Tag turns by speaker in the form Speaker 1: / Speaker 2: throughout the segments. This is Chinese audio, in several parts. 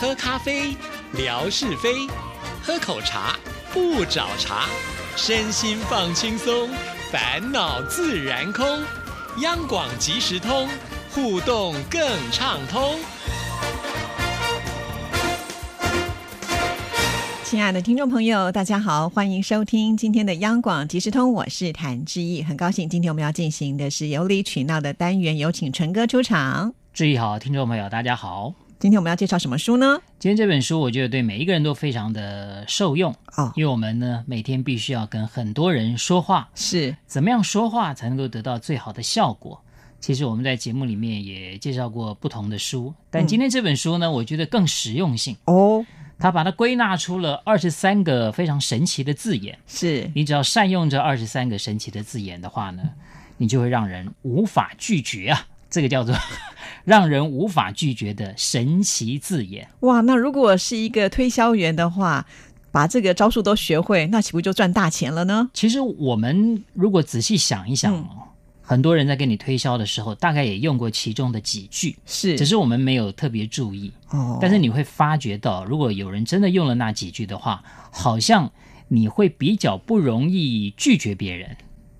Speaker 1: 喝咖啡，聊是非；喝口茶，不找茬。身心放轻松，烦恼自然空。央广即时通，互动更畅通。
Speaker 2: 亲爱的听众朋友，大家好，欢迎收听今天的央广即时通，我是谭志毅，很高兴今天我们要进行的是有理取闹的单元，有请陈哥出场。
Speaker 3: 志毅好，听众朋友大家好。
Speaker 2: 今天我们要介绍什么书呢？
Speaker 3: 今天这本书我觉得对每一个人都非常的受用，
Speaker 2: 哦，
Speaker 3: 因为我们呢每天必须要跟很多人说话，
Speaker 2: 是
Speaker 3: 怎么样说话才能够得到最好的效果？其实我们在节目里面也介绍过不同的书，但今天这本书呢，我觉得更实用性，
Speaker 2: 哦，
Speaker 3: 它把它归纳出了二十三个非常神奇的字眼。
Speaker 2: 是
Speaker 3: 你只要善用这二十三个神奇的字眼的话呢，你就会让人无法拒绝啊！这个叫做 让人无法拒绝的神奇字眼。
Speaker 2: 哇，那如果是一个推销员的话，把这个招数都学会，那岂不就赚大钱了呢？
Speaker 3: 其实我们如果仔细想一想哦，很多人在跟你推销的时候，大概也用过其中的几句，
Speaker 2: 是，
Speaker 3: 只是我们没有特别注意。
Speaker 2: 哦，
Speaker 3: 但是你会发觉到，如果有人真的用了那几句的话，好像你会比较不容易拒绝别人。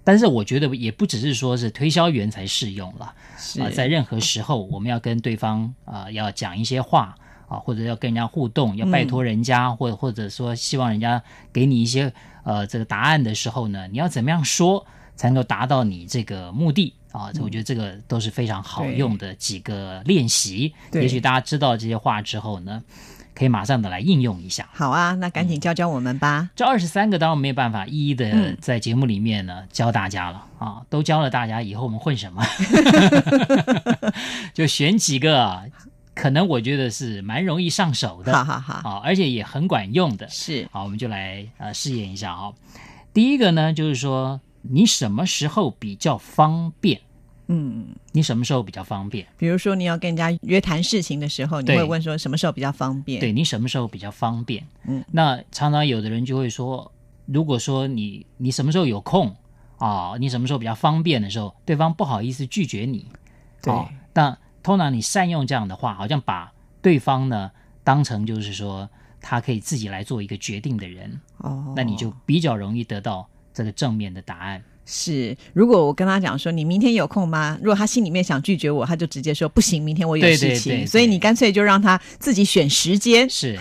Speaker 3: 但是我觉得也不只是说是推销员才适用了
Speaker 2: 是
Speaker 3: 啊、在任何时候我们要跟对方啊、要讲一些话啊、或者要跟人家互动，要拜
Speaker 2: 嗯
Speaker 3: 托人家，或或者说希望人家给你一些呃这个答案的时候呢，你要怎么样说才能够达到你这个目的啊？这我觉得这个都是非常好
Speaker 2: 嗯对
Speaker 3: 用的几个练习。
Speaker 2: 对
Speaker 3: 也许大家知道这些话之后呢，可以马上的来应用一下。
Speaker 2: 好啊，那赶紧教教我们吧。
Speaker 3: 这二十三个当然没有办法一一的
Speaker 2: 嗯
Speaker 3: 在节目里面呢、教大家了啊，都教了大家，以后我们混 什么？就选几个啊，可能我觉得是蛮容易上手的
Speaker 2: 好好好，
Speaker 3: 啊，而且也很管用的。
Speaker 2: 是
Speaker 3: 好，我们就来呃试验一下啊、第一个呢，就是说你什么时候比较方便？
Speaker 2: 嗯，
Speaker 3: 你什么时候比较方便？
Speaker 2: 比如说你要跟人家约谈事情的时候，你
Speaker 3: 对
Speaker 2: 会问说什么时候比较方便？
Speaker 3: 对你什么时候比较方便？
Speaker 2: 嗯，
Speaker 3: 那常常有的人就会说，如果说你你什么时候有空啊、你什么时候比较方便的时候，对方不好意思拒绝你。
Speaker 2: 对
Speaker 3: 哦那通常你善用这样的话，好像把对方呢当成就是说他可以自己来做一个决定的人，
Speaker 2: 哦，
Speaker 3: 那你就比较容易得到这个正面的答案。
Speaker 2: 是，如果我跟他讲说你明天有空吗？如果他心里面想拒绝我，他就直接说不行，明天我有
Speaker 3: 对
Speaker 2: 事
Speaker 3: 对
Speaker 2: 情。
Speaker 3: 对
Speaker 2: 所以
Speaker 3: 对
Speaker 2: 你干脆就让他自己选时间。
Speaker 3: 是，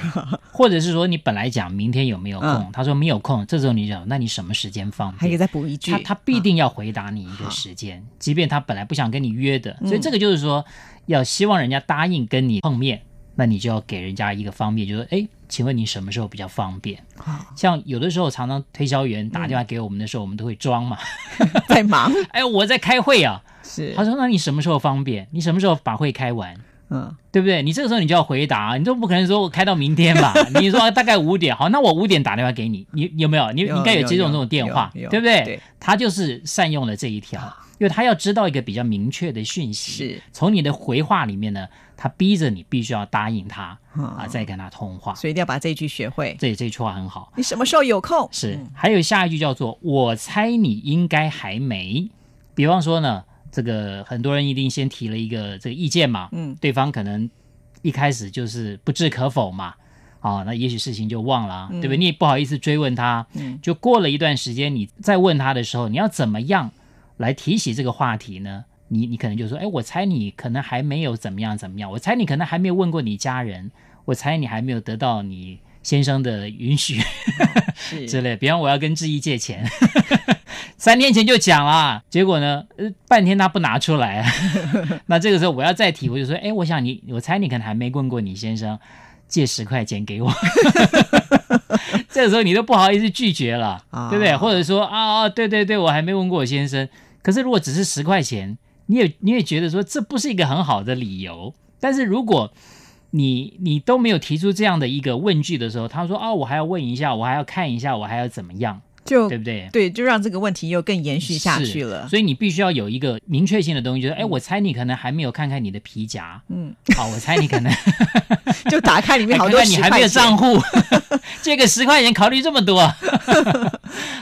Speaker 3: 或者是说你本来讲明天有没有空，
Speaker 2: 嗯
Speaker 3: 他说没有空，这时候你讲，那你什么时间方便？
Speaker 2: 还可以再补一句，
Speaker 3: 他他 必定要回答你一个时间，即便他本来不想跟你约的，所以这个就是说，要希望人家答应跟你碰面，那你就要给人家一个方便，就是哎，诶请问你什么时候比较方便？
Speaker 2: 啊
Speaker 3: 像有的时候常常推销员打电话给我们的时候，我们都会装嘛，
Speaker 2: 在 忙
Speaker 3: 哎，我在开会啊。
Speaker 2: 是
Speaker 3: 他说，那你什么时候方便？你什么时候把会开完？
Speaker 2: 嗯
Speaker 3: 对不对？你这个时候你就要回答，你都不可能说我开到明天 吧？你说大概五点，好，那我五点打电话给你，你有没有？你
Speaker 2: 有
Speaker 3: 应该有接
Speaker 2: 有
Speaker 3: 这种这
Speaker 2: 有
Speaker 3: 种电话，
Speaker 2: 有有
Speaker 3: 对不对？
Speaker 2: 对啊
Speaker 3: 他就是善用了这一条，因为他要知道一个比较明确的讯息，
Speaker 2: 是
Speaker 3: 从你的回话里面呢，他逼着你必须要答应他啊，
Speaker 2: 啊，
Speaker 3: 再跟他通话。
Speaker 2: 所以一定要把这一句学会。
Speaker 3: 这这一句话很好，
Speaker 2: 你什么时候有空？
Speaker 3: 是。还有下一句叫做“我猜你应该还没”，比方说呢，这个很多人一定先提了一个这个意见嘛，
Speaker 2: 嗯，
Speaker 3: 对方可能一开始就是不置可否嘛，哦，那也许事情就忘了啊，对不对？你也不好意思追问他，
Speaker 2: 嗯
Speaker 3: 就过了一段时间，你再问他的时候，你要怎么样来提起这个话题呢？你你可能就说，哎，我猜你可能还没有怎么样怎么样，我猜你可能还没有问过你家人，我猜你还没有得到你先生的允许之
Speaker 2: 是
Speaker 3: 类。比方我要跟志毅借钱， 三天前就讲啦，结果呢，呃，半天他不拿出来， 那这个时候我要再提，我就说，哎，我想你，我猜你可能还没问过你先生借十块钱给我， 这个时候你都不好意思拒绝了，
Speaker 2: 啊
Speaker 3: 对不对？或者说啊啊，对对对，我还没问过我先生。可是如果只是十块钱，你也你也觉得说这不是一个很好的理由。但是如果你你都没有提出这样的一个问句的时候，他说啊，我还要问一下，我还要看一下，我还要怎么样，
Speaker 2: 就
Speaker 3: 对不对？
Speaker 2: 对，就让这个问题又更延续下
Speaker 3: 是
Speaker 2: 去了。
Speaker 3: 所以你必须要有一个明确性的东西，就是哎，我猜你可能还没有看看你的皮夹，
Speaker 2: 嗯，
Speaker 3: 啊，我猜你可能
Speaker 2: 就打开里面好
Speaker 3: 哎看
Speaker 2: 多
Speaker 3: 看你
Speaker 2: 十
Speaker 3: 还没
Speaker 2: 块
Speaker 3: 有
Speaker 2: 钱。
Speaker 3: 账户， 借个十块钱考虑这么多
Speaker 2: 嗯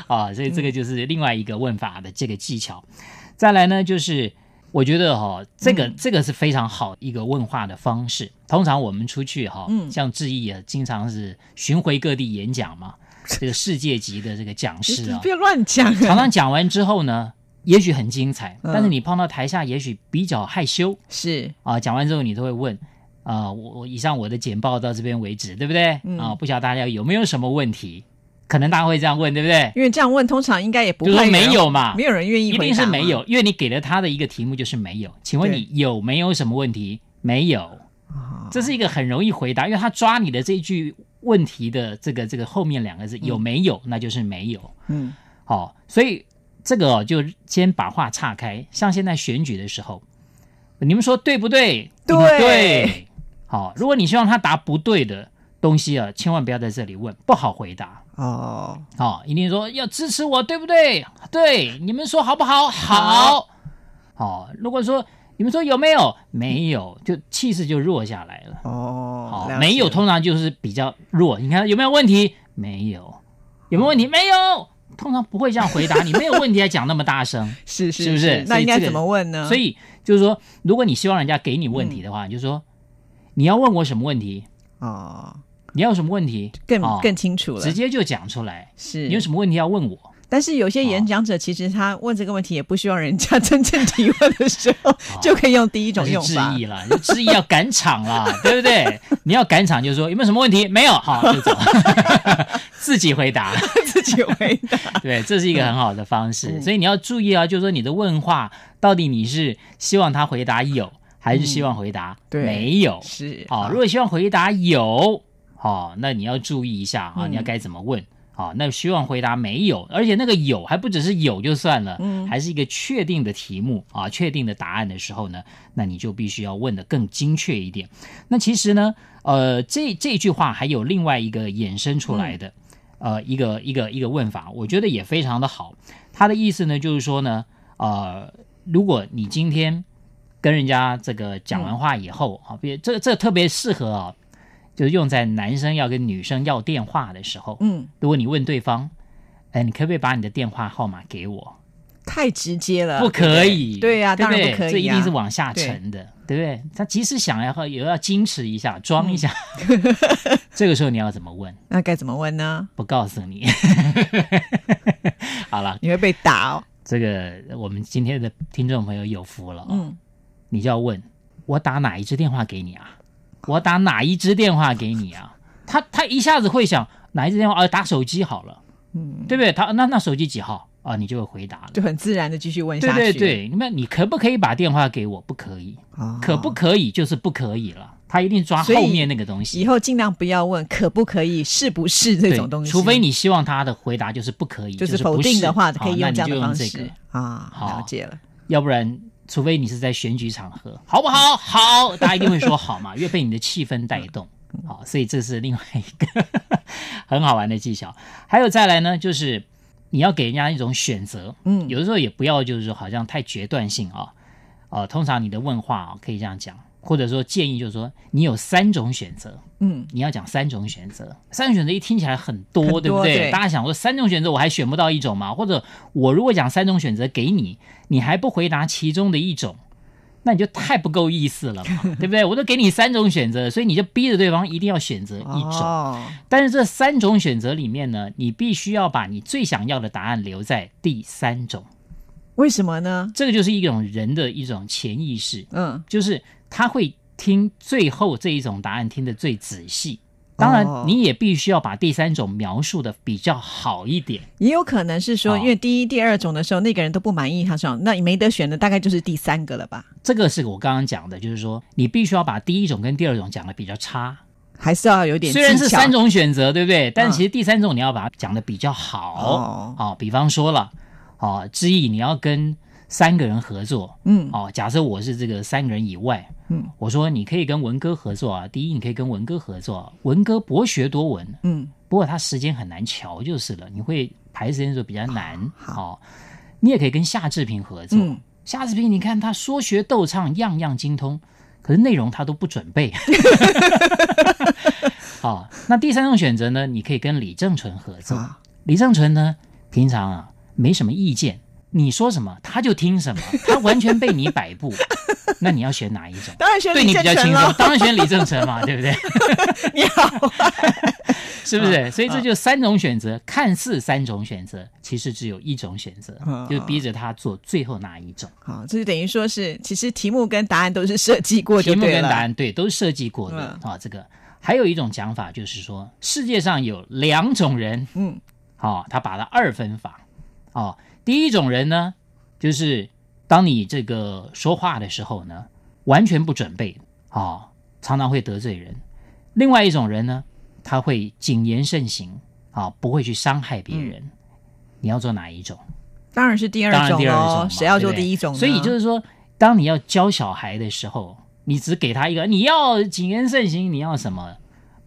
Speaker 3: 啊，所以这个就是另外一个问法的这个技巧。再来呢，就是我觉得哈、这个、
Speaker 2: 嗯
Speaker 3: 这个是非常好一个问话的方式。通常我们出去哈、
Speaker 2: 嗯
Speaker 3: 像志毅也经常是巡回各地演讲嘛，这个世界级的这个讲师啊
Speaker 2: 不，要乱讲
Speaker 3: 常
Speaker 2: 啊！
Speaker 3: 常讲完之后呢，也许很精彩，
Speaker 2: 嗯
Speaker 3: 但是你碰到台下也许比较害羞
Speaker 2: 是，
Speaker 3: 啊、讲完之后你都会问。啊、我我以上我的简报到这边为止，对不对？啊、
Speaker 2: 嗯
Speaker 3: 不晓得大家有没有什么问题？可能大家会这样问，对不对？
Speaker 2: 因为这样问通常应该也不
Speaker 3: 就
Speaker 2: 会
Speaker 3: 是说
Speaker 2: 人
Speaker 3: 没，有嘛，
Speaker 2: 没有人愿意
Speaker 3: 一
Speaker 2: 回答，
Speaker 3: 定是没。有，因为你给了他的一个题目就是没有。请问你有没有什么问题？没有，
Speaker 2: 哦
Speaker 3: 这是一个很容易回答，因为他抓你的这一句问题的这个这个后面两个字有没有，那就是没有。
Speaker 2: 嗯
Speaker 3: 好、所以这个、哦、就先把话岔开。像现在选举的时候，你们说对不对？
Speaker 2: 对
Speaker 3: 嗯对。好、如果你希望他答不对的东西啊，千万不要在这里问，不好回答。
Speaker 2: 哦，
Speaker 3: 哦，一定说要支持我，对不对？对，你们说好不好？好。哦，如果说你们说有没有？没有，就气势就弱下来了。
Speaker 2: 哦
Speaker 3: 哦，
Speaker 2: 了，
Speaker 3: 没有，
Speaker 2: 解
Speaker 3: 通常就是比较弱。你看有没有问题？没有，有没有问
Speaker 2: 哦
Speaker 3: 题？没有，通常不会这样回答。你没有问题还啊讲那么 大声，
Speaker 2: 是
Speaker 3: 是不是
Speaker 2: 是？那
Speaker 3: 所以
Speaker 2: 应该
Speaker 3: 这个
Speaker 2: 怎么问呢？
Speaker 3: 所以就是说，如果你希望人家给你问题的
Speaker 2: 嗯
Speaker 3: 话，你就说你要问我什么问题，
Speaker 2: 哦，
Speaker 3: 你要有什么问题，
Speaker 2: 更
Speaker 3: 哦
Speaker 2: 更清楚了，
Speaker 3: 直接就讲出来。
Speaker 2: 是
Speaker 3: 你有什么问哦题要问我？
Speaker 2: 但是有些演讲者其实他问这个问题，也不需要人家真正提问的时
Speaker 3: 哦
Speaker 2: 候， 就可以用第一种
Speaker 3: 那
Speaker 2: 用
Speaker 3: 是
Speaker 2: 法
Speaker 3: 质。疑啦，你质疑要赶场 啦，对不对？你要赶场就说有没有什么问题？没有，好就走， 自己回答。
Speaker 2: 自己回答。
Speaker 3: 对，这是一个很好的方式。
Speaker 2: 嗯
Speaker 3: 所以你要注意啊，就是说你的问话到底你是希望他回答有，还是希望回
Speaker 2: 嗯
Speaker 3: 答
Speaker 2: 对
Speaker 3: 没有？
Speaker 2: 是
Speaker 3: 哦，如果希望回答有，哦，那你要注意一下啊，
Speaker 2: 嗯
Speaker 3: 你要该怎么问。哦，那希望回答没有，而且那个有还不只是有就算了，
Speaker 2: 嗯
Speaker 3: 还是一个确定的题目啊，确定的答案的时候呢，那你就必须要问的更精确一点。那其实呢，呃，这这句话还有另外一个衍生出来
Speaker 2: 嗯
Speaker 3: 的，呃，一个一个一个问法，我觉得也非常的好。他的意思呢，就是说呢，呃，如果你今天跟人家这个讲
Speaker 2: 嗯
Speaker 3: 完话以后啊，别、这这特别适合啊，就是用在男生要跟女生要电话的时候，
Speaker 2: 嗯，
Speaker 3: 如果你问对方，哎，你可不可以把你的电话号码给我？
Speaker 2: 太直接了，
Speaker 3: 不可以，
Speaker 2: 啊对呀，
Speaker 3: 对
Speaker 2: 当
Speaker 3: 不
Speaker 2: 然
Speaker 3: 对
Speaker 2: 不可以啊，
Speaker 3: 这一定是往下沉的，对不对？他即使想要也要矜持一下，装
Speaker 2: 嗯
Speaker 3: 一下。 这个时候你要怎么问？
Speaker 2: 那该怎么问呢？
Speaker 3: 不告诉你。 好了，
Speaker 2: 你会被打哦。
Speaker 3: 这个我们今天的听众朋友有福了、哦，
Speaker 2: 嗯，
Speaker 3: 你就要问我打哪一支电话给你啊？我打哪一支电话给你啊？他他一下子会想哪一支电话？啊，打手机好了，
Speaker 2: 嗯，
Speaker 3: 对不对？他那那手机几号啊？你就会回答了。
Speaker 2: 就很自然的继续问
Speaker 3: 对
Speaker 2: 下
Speaker 3: 对
Speaker 2: 去。
Speaker 3: 对，那你可不可以把电话给我？不可以，
Speaker 2: 哦，
Speaker 3: 可不可以就是不可以了。他一定抓
Speaker 2: 所以
Speaker 3: 后面那个东
Speaker 2: 哦以
Speaker 3: 西，
Speaker 2: 后尽量不要问可不可以、是不是这
Speaker 3: 对，
Speaker 2: 种东西，
Speaker 3: 除非你希望他的回答就是不可以，
Speaker 2: 就是是否
Speaker 3: 不
Speaker 2: 定的话，
Speaker 3: 是
Speaker 2: 可以
Speaker 3: 好
Speaker 2: 用
Speaker 3: 那
Speaker 2: 这样
Speaker 3: 你就
Speaker 2: 的
Speaker 3: 用
Speaker 2: 方
Speaker 3: 这个
Speaker 2: 式。啊。
Speaker 3: 好
Speaker 2: 了解了，
Speaker 3: 要不然，除非你是在选举场合，好不好？好，大家一定会说好嘛，因为被你的气氛带动。好，所以这是另外一个 很好玩的技巧。还有再来呢，就是你要给人家一种选择，
Speaker 2: 嗯
Speaker 3: 有的时候也不要就是说好像太决断性啊。呃，通常你的问话、啊可以这样讲，或者说建议就是说你有三种选择，
Speaker 2: 嗯，
Speaker 3: 你要讲三种选择，三种选择一听起来很多，
Speaker 2: 很多
Speaker 3: 对不对？
Speaker 2: 对
Speaker 3: 大家想说三种选择我还选不到一种嘛？或者我如果讲三种选择给你，你还不回答其中的一种，那你就太不够意思 了嘛，对不对？我都给你三种选择，所以你就逼着对方一定要选择一种。
Speaker 2: 哦，
Speaker 3: 但是这三种选择里面呢，你必须要把你最想要的答案留在第三种，
Speaker 2: 为什么呢？
Speaker 3: 这个就是一种人的一种潜意识。
Speaker 2: 嗯，
Speaker 3: 就是他会听最后这一种答案听得最仔细。当然
Speaker 2: 哦，
Speaker 3: 你也必须要把第三种描述的比较好一点。
Speaker 2: 也有可能是说，
Speaker 3: 哦
Speaker 2: 因为第一、第二种的时候，那个人都不满意，他说：“那你没得选的，大概就是第三个了吧？
Speaker 3: 这个是我刚刚讲的，就是说你必须要把第一种跟第二种讲的比较差。
Speaker 2: 还是要有点技
Speaker 3: 虽
Speaker 2: 巧。”
Speaker 3: 然是三种选择，对不对？但其实第三种你要把它讲的比较好。
Speaker 2: 嗯哦，
Speaker 3: 哦，比方说了，哦，之意你要跟三个人合作。
Speaker 2: 嗯，
Speaker 3: 哦，假设我是这个三个人以外，
Speaker 2: 嗯，
Speaker 3: 我说你可以跟文哥合作啊。第一，你可以跟文哥合作啊，文哥博学多闻，
Speaker 2: 嗯，
Speaker 3: 不过它时间很难瞧就是了，你会排时间的时候比较难。
Speaker 2: 好
Speaker 3: 哦，你也可以跟夏志平合作。
Speaker 2: 嗯
Speaker 3: 夏志平，你看他说学逗唱样样精通，可是内容他都不准 备。 好，那第三种选择呢？你可以跟李正淳合作。
Speaker 2: 啊，
Speaker 3: 李正淳呢，平常啊没什么意见，你说什么他就听什么，他完全被你 摆布。那你要选哪一种？
Speaker 2: 当然选
Speaker 3: 对
Speaker 2: 李
Speaker 3: 你比
Speaker 2: 建
Speaker 3: 较
Speaker 2: 成
Speaker 3: 轻松，
Speaker 2: 了。
Speaker 3: 当然选李正 成嘛，对不对？
Speaker 2: 你好，啊
Speaker 3: 是不是？所以这就三种选择，看似三种选择，其实只有一种选择
Speaker 2: 嗯，
Speaker 3: 就逼着他做最后那一种。
Speaker 2: 好，这就等于说是，其实题目跟答案都是设计过就
Speaker 3: 题目
Speaker 2: 对
Speaker 3: 跟
Speaker 2: 了。嗯
Speaker 3: 答案对都是设计过的啊、这个还有一种讲法就是说，世界上有两种人，
Speaker 2: 嗯，
Speaker 3: 哦，他把它二分法。哦，第一种人呢，就是当你这个说话的时候呢，完全不准备，哦，常常会得罪人；另外一种人呢，他会谨言慎行，啊、不会去伤害别
Speaker 2: 嗯
Speaker 3: 人。你要做哪一种？
Speaker 2: 当然是第二
Speaker 3: 当然
Speaker 2: 种
Speaker 3: 第二
Speaker 2: 喽
Speaker 3: 种，
Speaker 2: 谁要做
Speaker 3: 对不对
Speaker 2: 第一种呢？
Speaker 3: 所以就是说，当你要教小孩的时候，你只给他一个，你要谨言慎行，你要什么？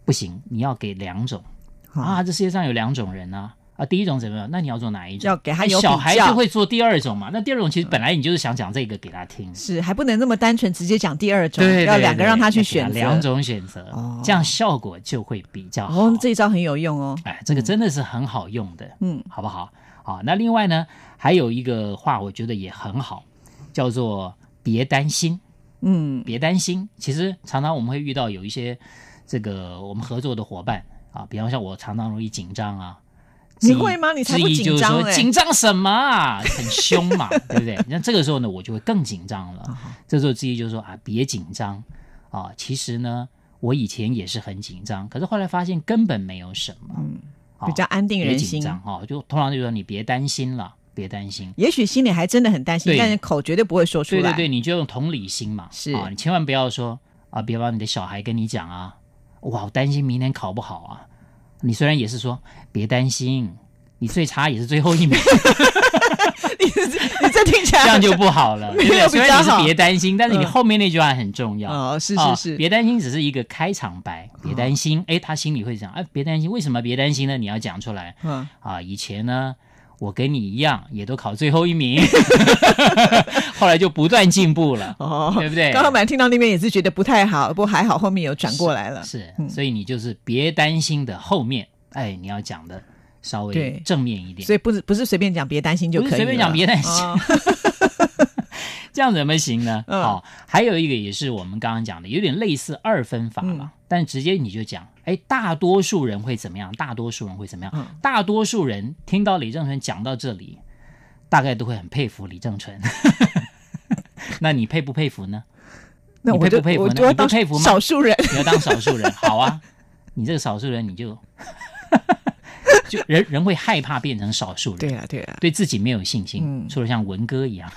Speaker 3: 不行，你要给两种
Speaker 2: 好
Speaker 3: 啊！这世界上有两种人啊啊！第一种怎么样？那你要做哪一种？
Speaker 2: 要给他有比较
Speaker 3: 小孩就会做第二种嘛。那第二种其实本来你就是想讲这个给他听，
Speaker 2: 是还不能那么单纯直接讲第二种，
Speaker 3: 对，
Speaker 2: 要
Speaker 3: 对
Speaker 2: 两个
Speaker 3: 对
Speaker 2: 让他去
Speaker 3: 要给
Speaker 2: 选择。
Speaker 3: 两种选择
Speaker 2: 哦，
Speaker 3: 这样效果就会比较好。
Speaker 2: 哦，这一招很有用哦。
Speaker 3: 哎，这个真的是很好用的，
Speaker 2: 嗯，
Speaker 3: 好不好？好，那另外呢，还有一个话，我觉得也很好，叫做“别担心，
Speaker 2: 嗯，
Speaker 3: 别担心”。其实常常我们会遇到有一些这个我们合作的伙伴啊，比方像我常常容易紧张啊。
Speaker 2: 你
Speaker 3: 之一
Speaker 2: 会吗你才不
Speaker 3: 之一
Speaker 2: 紧
Speaker 3: 就是
Speaker 2: 张哎
Speaker 3: 说
Speaker 2: 嘞
Speaker 3: 紧张什么啊？很凶嘛，对不对？那这个时候呢，我就会更紧张
Speaker 2: 啊
Speaker 3: 了。这时候之一就是说啊，别紧张啊。其实呢，我以前也是很紧张，可是后来发现根本没有什么。啊
Speaker 2: 嗯比较安定
Speaker 3: 别
Speaker 2: 人
Speaker 3: 紧
Speaker 2: 心。
Speaker 3: 张哈、哦，就通常就说你别担心了，别担心。
Speaker 2: 也许心里还真的很担心，
Speaker 3: 对
Speaker 2: 但是口绝对不会说出
Speaker 3: 对
Speaker 2: 来。
Speaker 3: 对对，你就用同理心嘛，
Speaker 2: 是
Speaker 3: 啊，你千万不要说啊，别把你的小孩跟你讲啊，哇，我担心明天考不好啊。你虽然也是说别担心，你最差也是最后一名，
Speaker 2: 你这听起来
Speaker 3: 这样就不好了。对不
Speaker 2: 没有
Speaker 3: 对？
Speaker 2: 比
Speaker 3: 虽然
Speaker 2: 较
Speaker 3: 你
Speaker 2: 好
Speaker 3: 是别担心，但是你
Speaker 2: 嗯
Speaker 3: 后面那句话很重 要。
Speaker 2: 哦，是
Speaker 3: 啊
Speaker 2: 是是，啊
Speaker 3: 别担心，只是一个开场白，别担心。哎，他心里会想，哎，别担心，为什么别担心呢？你要讲出来。
Speaker 2: 嗯，
Speaker 3: 啊，以前呢，我跟你一样，也都考最后一名， 后来就不断进步了，
Speaker 2: 哦，
Speaker 3: 对不对？
Speaker 2: 高老板听到那边也是觉得不太好，不过还好后面有转过来了。
Speaker 3: 是
Speaker 2: 嗯，
Speaker 3: 所以你就是别担心的后面，哎，你要讲的稍
Speaker 2: 对
Speaker 3: 微正面一点
Speaker 2: 所，以不是不是随便讲，别担心就
Speaker 3: 不
Speaker 2: 可以了。
Speaker 3: 是随便讲别担心，
Speaker 2: 哦
Speaker 3: 这样怎么行呢？
Speaker 2: 嗯
Speaker 3: 哦，还有一个也是我们刚刚讲的，有点类似二分法
Speaker 2: 嗯
Speaker 3: 了，但直接你就讲，哎，大多数人会怎么样？大多数人会怎么样？
Speaker 2: 嗯
Speaker 3: 大多数人听到李正淳讲到这里，大概都会很佩服李正淳。 那你佩不佩服呢？
Speaker 2: 那
Speaker 3: 你
Speaker 2: 我
Speaker 3: 佩
Speaker 2: 就
Speaker 3: 不佩服
Speaker 2: 我
Speaker 3: 呢
Speaker 2: 就要
Speaker 3: 你不
Speaker 2: 当
Speaker 3: 佩服吗
Speaker 2: 少数人，
Speaker 3: 你要当少数人，好啊，你这个少数人你就 就人人会害怕变成少数人，
Speaker 2: 对啊对啊，
Speaker 3: 对自己没有信心，
Speaker 2: 嗯
Speaker 3: 除了像文哥一 样，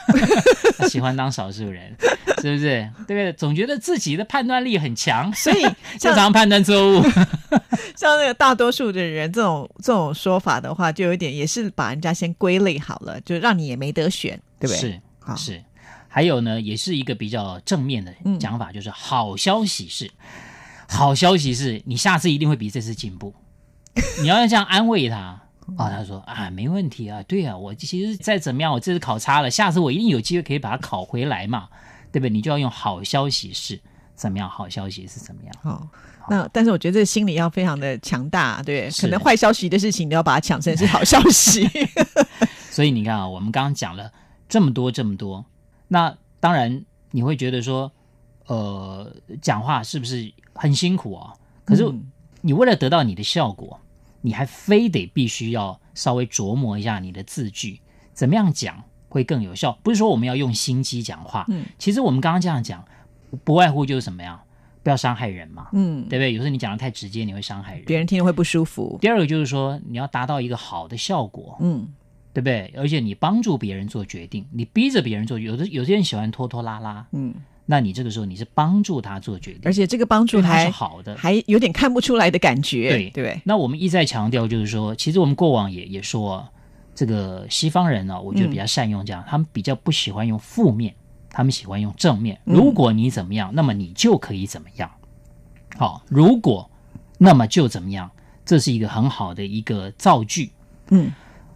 Speaker 3: 他喜欢当少数人，是不是？对不对？总觉得自己的判断力很强，
Speaker 2: 所 以
Speaker 3: 经
Speaker 2: 像
Speaker 3: 常判断错误。
Speaker 2: 像那个大多数的人这种这种说法的话，就有点也是把人家先归类好了，就让你也没得选，对不对？
Speaker 3: 是
Speaker 2: 好
Speaker 3: 是，还有呢，也是一个比较正面的
Speaker 2: 嗯
Speaker 3: 讲法，就是好消息是，好消息是你下次一定会比这次进步。你要这样安慰他啊、他说啊，没问题啊，对啊，我其实再怎么样，我这次考差了，下次我一定有机会可以把它考回来嘛，对不对？你就要用好消息是怎么样，好消息是怎么样。
Speaker 2: 哦，那但是我觉得这个心理要非常的强大，对，
Speaker 3: 是
Speaker 2: 可能坏消息的事情你要把它想成是好消息，
Speaker 3: 所以你看啊，我们刚刚讲了这么多这么多，那当然你会觉得说，呃，讲话是不是很辛苦啊？ 可是
Speaker 2: 嗯
Speaker 3: 你为了得到你的效果，你还非得必须要稍微琢磨一下你的字句，怎么样讲会更有效？不是说我们要用心机讲话，
Speaker 2: 嗯
Speaker 3: 其实我们刚刚这样讲，不外乎就是什么呀？不要伤害人嘛，
Speaker 2: 嗯，
Speaker 3: 对不对？有时候你讲的太直接，你会伤害人。
Speaker 2: 别人听了会不舒服，
Speaker 3: 第二个就是说，你要达到一个好的效果，
Speaker 2: 嗯，
Speaker 3: 对不对？而且你帮助别人做决定，你逼着别人做，有的有些人喜欢拖拖拉拉，
Speaker 2: 嗯，
Speaker 3: 那你这个时候你是帮助他做决定，
Speaker 2: 而且这个帮助
Speaker 3: 对他是
Speaker 2: 还
Speaker 3: 好的。
Speaker 2: 还有点看不出来的感觉，
Speaker 3: 对
Speaker 2: 对不对，
Speaker 3: 那我们一再强调，就是说，其实我们过往也也说啊，这个西方人呢、我觉得比较善用这样，他们比较不喜欢用负面，他们喜欢用正面。
Speaker 2: 嗯
Speaker 3: 如果你怎么样，那么你就可以怎么样。好、如果那么就怎么样，这是一个很好的一个造句。
Speaker 2: 嗯，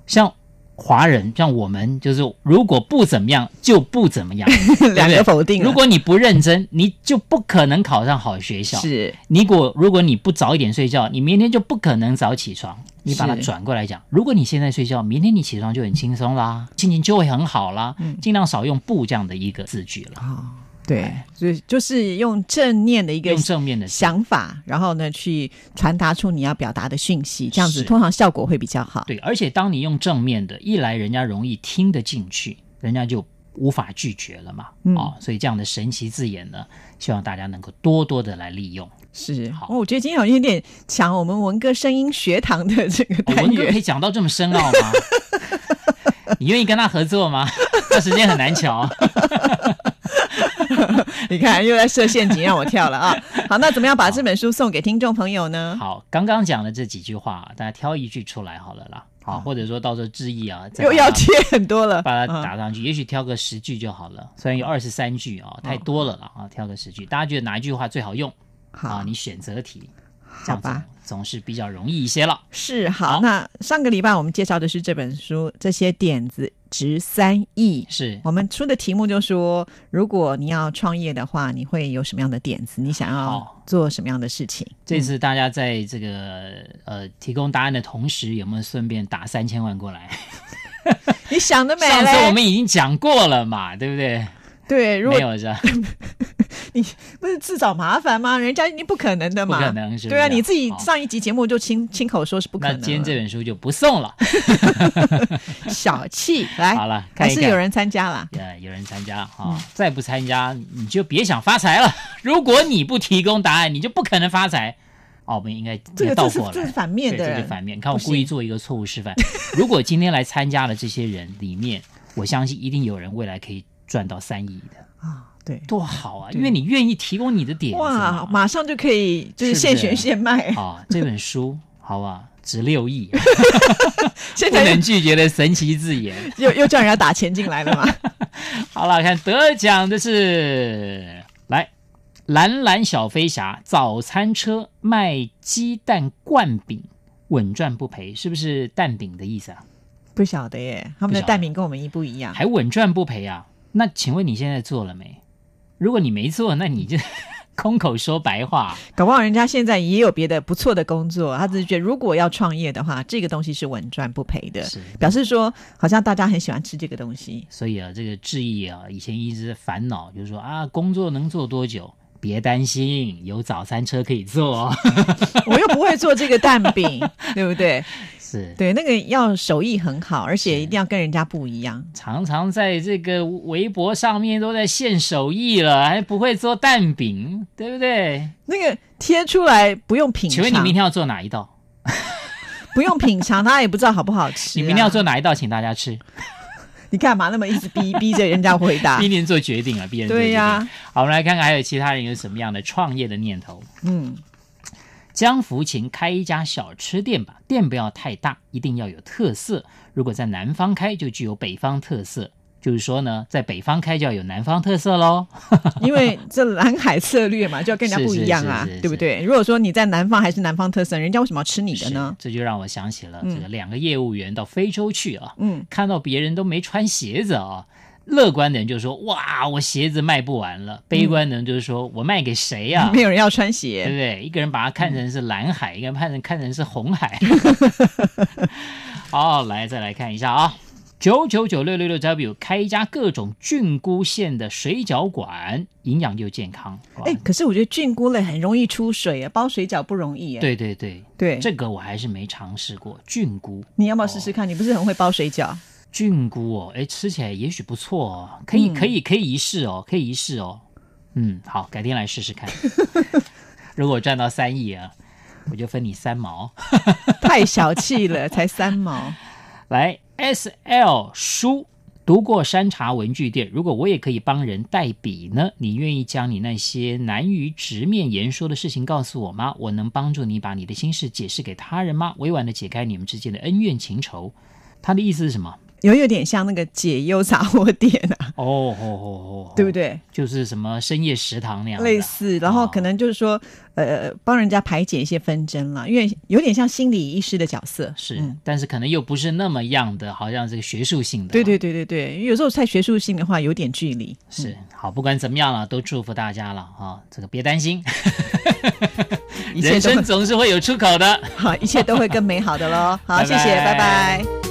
Speaker 3: 像华人，像我们，就是如果不怎么样就不怎么 样，对不对
Speaker 2: 两个否定了
Speaker 3: 如果你不认真，你就不可能考上好学校。
Speaker 2: 是
Speaker 3: 你果如果你不早一点睡觉，你明天就不可能早起床。你把它
Speaker 2: 是
Speaker 3: 转过来讲，如果你现在睡觉，明天你起床就很轻松啦，心情就会很好啦。尽量少用“不”这样的一个字句了，
Speaker 2: 哦，对，所以就是用正念的一个
Speaker 3: 哎用正面的字。
Speaker 2: 想法，然后呢去传达出你要表达的讯息，这样子
Speaker 3: 是
Speaker 2: 通常效果会比较好。
Speaker 3: 对，而且当你用正面的，一来人家容易听得进去，人家就无法拒绝了嘛。
Speaker 2: 嗯
Speaker 3: 哦，所以这样的神奇字眼呢，希望大家能够多多的来利用。
Speaker 2: 是，
Speaker 3: 好
Speaker 2: 哦，我觉得今天好像有点抢我们文哥声音学堂的这个
Speaker 3: 哦
Speaker 2: 单
Speaker 3: 文哥
Speaker 2: 元
Speaker 3: 可。以讲到这么深奥吗？你愿意跟他合作吗？这时间很难瞧。
Speaker 2: 你看，又在设陷阱让我跳了啊！ 好，那怎么样把这本书送给听众朋友呢？
Speaker 3: 好，刚刚讲的这几句话，大家挑一句出来好了啦。好，或者说到时候致意 啊，再
Speaker 2: 又
Speaker 3: 把
Speaker 2: 要
Speaker 3: 它
Speaker 2: 贴很多了，
Speaker 3: 把它
Speaker 2: 嗯
Speaker 3: 打 上去，也许挑个十句就好了。虽然有二十三句啊、太多了啦啊，挑个十句，大家觉得哪一句话最好用
Speaker 2: 好
Speaker 3: 啊？，你选择题，
Speaker 2: 好
Speaker 3: 这样子
Speaker 2: 吧，
Speaker 3: 总是比较容易一些了。
Speaker 2: 是好。
Speaker 3: 好
Speaker 2: 那上个礼拜我们介绍的是这本书，这些点子值三亿。
Speaker 3: 是
Speaker 2: 我们出的题目就说，如果你要创业的话，你会有什么样的点子？你想要
Speaker 3: 好
Speaker 2: 做什么样的事情？
Speaker 3: 这次大家在这个呃提供答案的同时，有没有顺便打三千万过来？
Speaker 2: 你想得美
Speaker 3: 上次
Speaker 2: 嘞
Speaker 3: 我们已经讲过了嘛，对不对？
Speaker 2: 对，如
Speaker 3: 没
Speaker 2: 果
Speaker 3: 有是吧？
Speaker 2: 不是自找麻烦吗？人家一定不可能的嘛，
Speaker 3: 不可能是不是
Speaker 2: 对啊，你自己
Speaker 3: 好
Speaker 2: 上一集节目就亲亲口说是 不可
Speaker 3: 那
Speaker 2: 能了，
Speaker 3: 今天这本书就不送了。
Speaker 2: 小气来，
Speaker 3: 好了，看
Speaker 2: 还
Speaker 3: 一
Speaker 2: 是
Speaker 3: 看
Speaker 2: 有人参加啦。
Speaker 3: 呃，有人参加啊、
Speaker 2: 嗯
Speaker 3: 再不参加你就别想发财了。 如果你不提供答案，你就不可能发财。哦，我们应该
Speaker 2: 这
Speaker 3: 应该
Speaker 2: 个
Speaker 3: 倒
Speaker 2: 这是
Speaker 3: 过来，
Speaker 2: 这是反面
Speaker 3: 对，
Speaker 2: 的
Speaker 3: 这
Speaker 2: 人
Speaker 3: 就反面。你看我
Speaker 2: 不行
Speaker 3: 故意做一个错误示范。 如果今天来参加的这些人里面，我相信一定有人未来可以赚到三亿的，
Speaker 2: 啊，对，
Speaker 3: 多好啊！
Speaker 2: 对
Speaker 3: 因为你愿意提供你的点子
Speaker 2: 哇，
Speaker 3: 嘛。
Speaker 2: 马上就可以就是
Speaker 3: 是不是
Speaker 2: 现学现卖，
Speaker 3: 啊，这本书好吧，值 六亿，
Speaker 2: 现
Speaker 3: 不
Speaker 2: 在
Speaker 3: 能拒绝的神奇字眼。
Speaker 2: 又又叫人家打钱进来了嘛。
Speaker 3: 好了，看得奖的是来蓝蓝小飞侠早餐车卖鸡蛋灌饼，稳赚不赔，是不是蛋饼的意思啊？
Speaker 2: 不晓得耶，他们的
Speaker 3: 不晓得
Speaker 2: 蛋饼跟我们一不一样。
Speaker 3: 还稳赚不赔啊？那请问你现在做了没？如果你没做，那你就 空口说白话。
Speaker 2: 搞不好人家现在也有别的不错的工作，他只是觉得如果要创业的话，这个东西是稳赚不赔的，
Speaker 3: 是
Speaker 2: 表示说好像大家很喜欢吃这个东西。
Speaker 3: 所以啊，这个志毅啊，以前一直烦恼，就是说啊，工作能做多久？别担心，有早餐车可以做。哦
Speaker 2: 我又不会做这个蛋饼，对不对？
Speaker 3: 是，
Speaker 2: 对，那个要手艺很好，而且一定要跟人家不一样。
Speaker 3: 常常在这个微博上面都在献手艺了，还不会做蛋饼，对不对？
Speaker 2: 那个贴出来不用品
Speaker 3: 请问你
Speaker 2: 尝
Speaker 3: 明，天要做哪一道？
Speaker 2: 不用品尝，他也不知道好不好吃、啊
Speaker 3: 你明天要，做哪一道，请大家吃。
Speaker 2: 你干嘛那么一直逼逼着人家回 答
Speaker 3: 逼？人做决定了，逼人做
Speaker 2: 啊
Speaker 3: 决
Speaker 2: 对
Speaker 3: 定。
Speaker 2: 呀、
Speaker 3: 好，我们来看看还有其他人有什么样的创业的念头。
Speaker 2: 嗯，
Speaker 3: 江福琴开一家小吃店吧，店不要太大，一定要有特色。如果在南方开，就具有北方特色。就是说呢，在北方开就要有南方特色喽。
Speaker 2: 因为这蓝海策略嘛，就要跟人家不一样啊，
Speaker 3: 是是是是
Speaker 2: 对不对？如果说你在南方还是南方特色，人家为什么要吃你的
Speaker 3: 是，
Speaker 2: 呢？
Speaker 3: 这就让我想起了
Speaker 2: 嗯
Speaker 3: 这个两个业务员到非洲去啊，
Speaker 2: 嗯，
Speaker 3: 看到别人都没穿鞋子啊。乐观的人就说：“哇，我鞋子卖不完了。”悲观的人就是说：“我卖给谁 呀、嗯
Speaker 2: 没有人要穿
Speaker 3: 对
Speaker 2: 鞋
Speaker 3: 不，对？一个人把它看成是蓝海，一个人看成看成是 红海。好，来再来看一下啊，九九九六六六 W 开一家各种菌菇馅的水饺馆，营养又健康。哇
Speaker 2: 哎、可是我觉得菌菇类很容易出水啊，包水饺不容易耶。
Speaker 3: 对对对，
Speaker 2: 对，
Speaker 3: 这哦个我还是没尝试过菌菇。
Speaker 2: 你要不要试试看？你不是很会包水 饺？
Speaker 3: 菌菇哦，哎，吃起来也许不错哦，可以，可以，可以一试哦，可以一试哦。嗯，好，改天来试试看。如果赚到三亿啊，我就分你三毛。
Speaker 2: 太小气了，才三毛。
Speaker 3: 来，S L 书读过山茶文具店，如果我也可以帮人代笔呢，你愿意将你那些难于直面言说的事情告诉我吗？我能帮助你把你的心事解释给他人吗？委婉的解开你们之间的恩怨情仇。他的意思是什么？
Speaker 2: 有有点像那个解忧杂货店啊，
Speaker 3: 哦哦哦哦，哦
Speaker 2: 对不？对？
Speaker 3: 就是什么深夜食堂那样的
Speaker 2: 类似，然后可能就是说，呃，帮人家排解一些纷争啦，因为有点像心理医师的角色。
Speaker 3: 是、
Speaker 2: 嗯
Speaker 3: 但是可能又不是那么样的，好像这个学术性的。
Speaker 2: 对对对对对，因为有时候太学术性的话有点距离。
Speaker 3: 是好，不管怎么样了，都祝福大家了啊！这个别 担心，
Speaker 2: 一切
Speaker 3: 人
Speaker 2: 都
Speaker 3: 生总是会有出口的。
Speaker 2: 嗯好，一切都会更美好的喽。好，谢谢，
Speaker 3: 拜拜
Speaker 2: 拜拜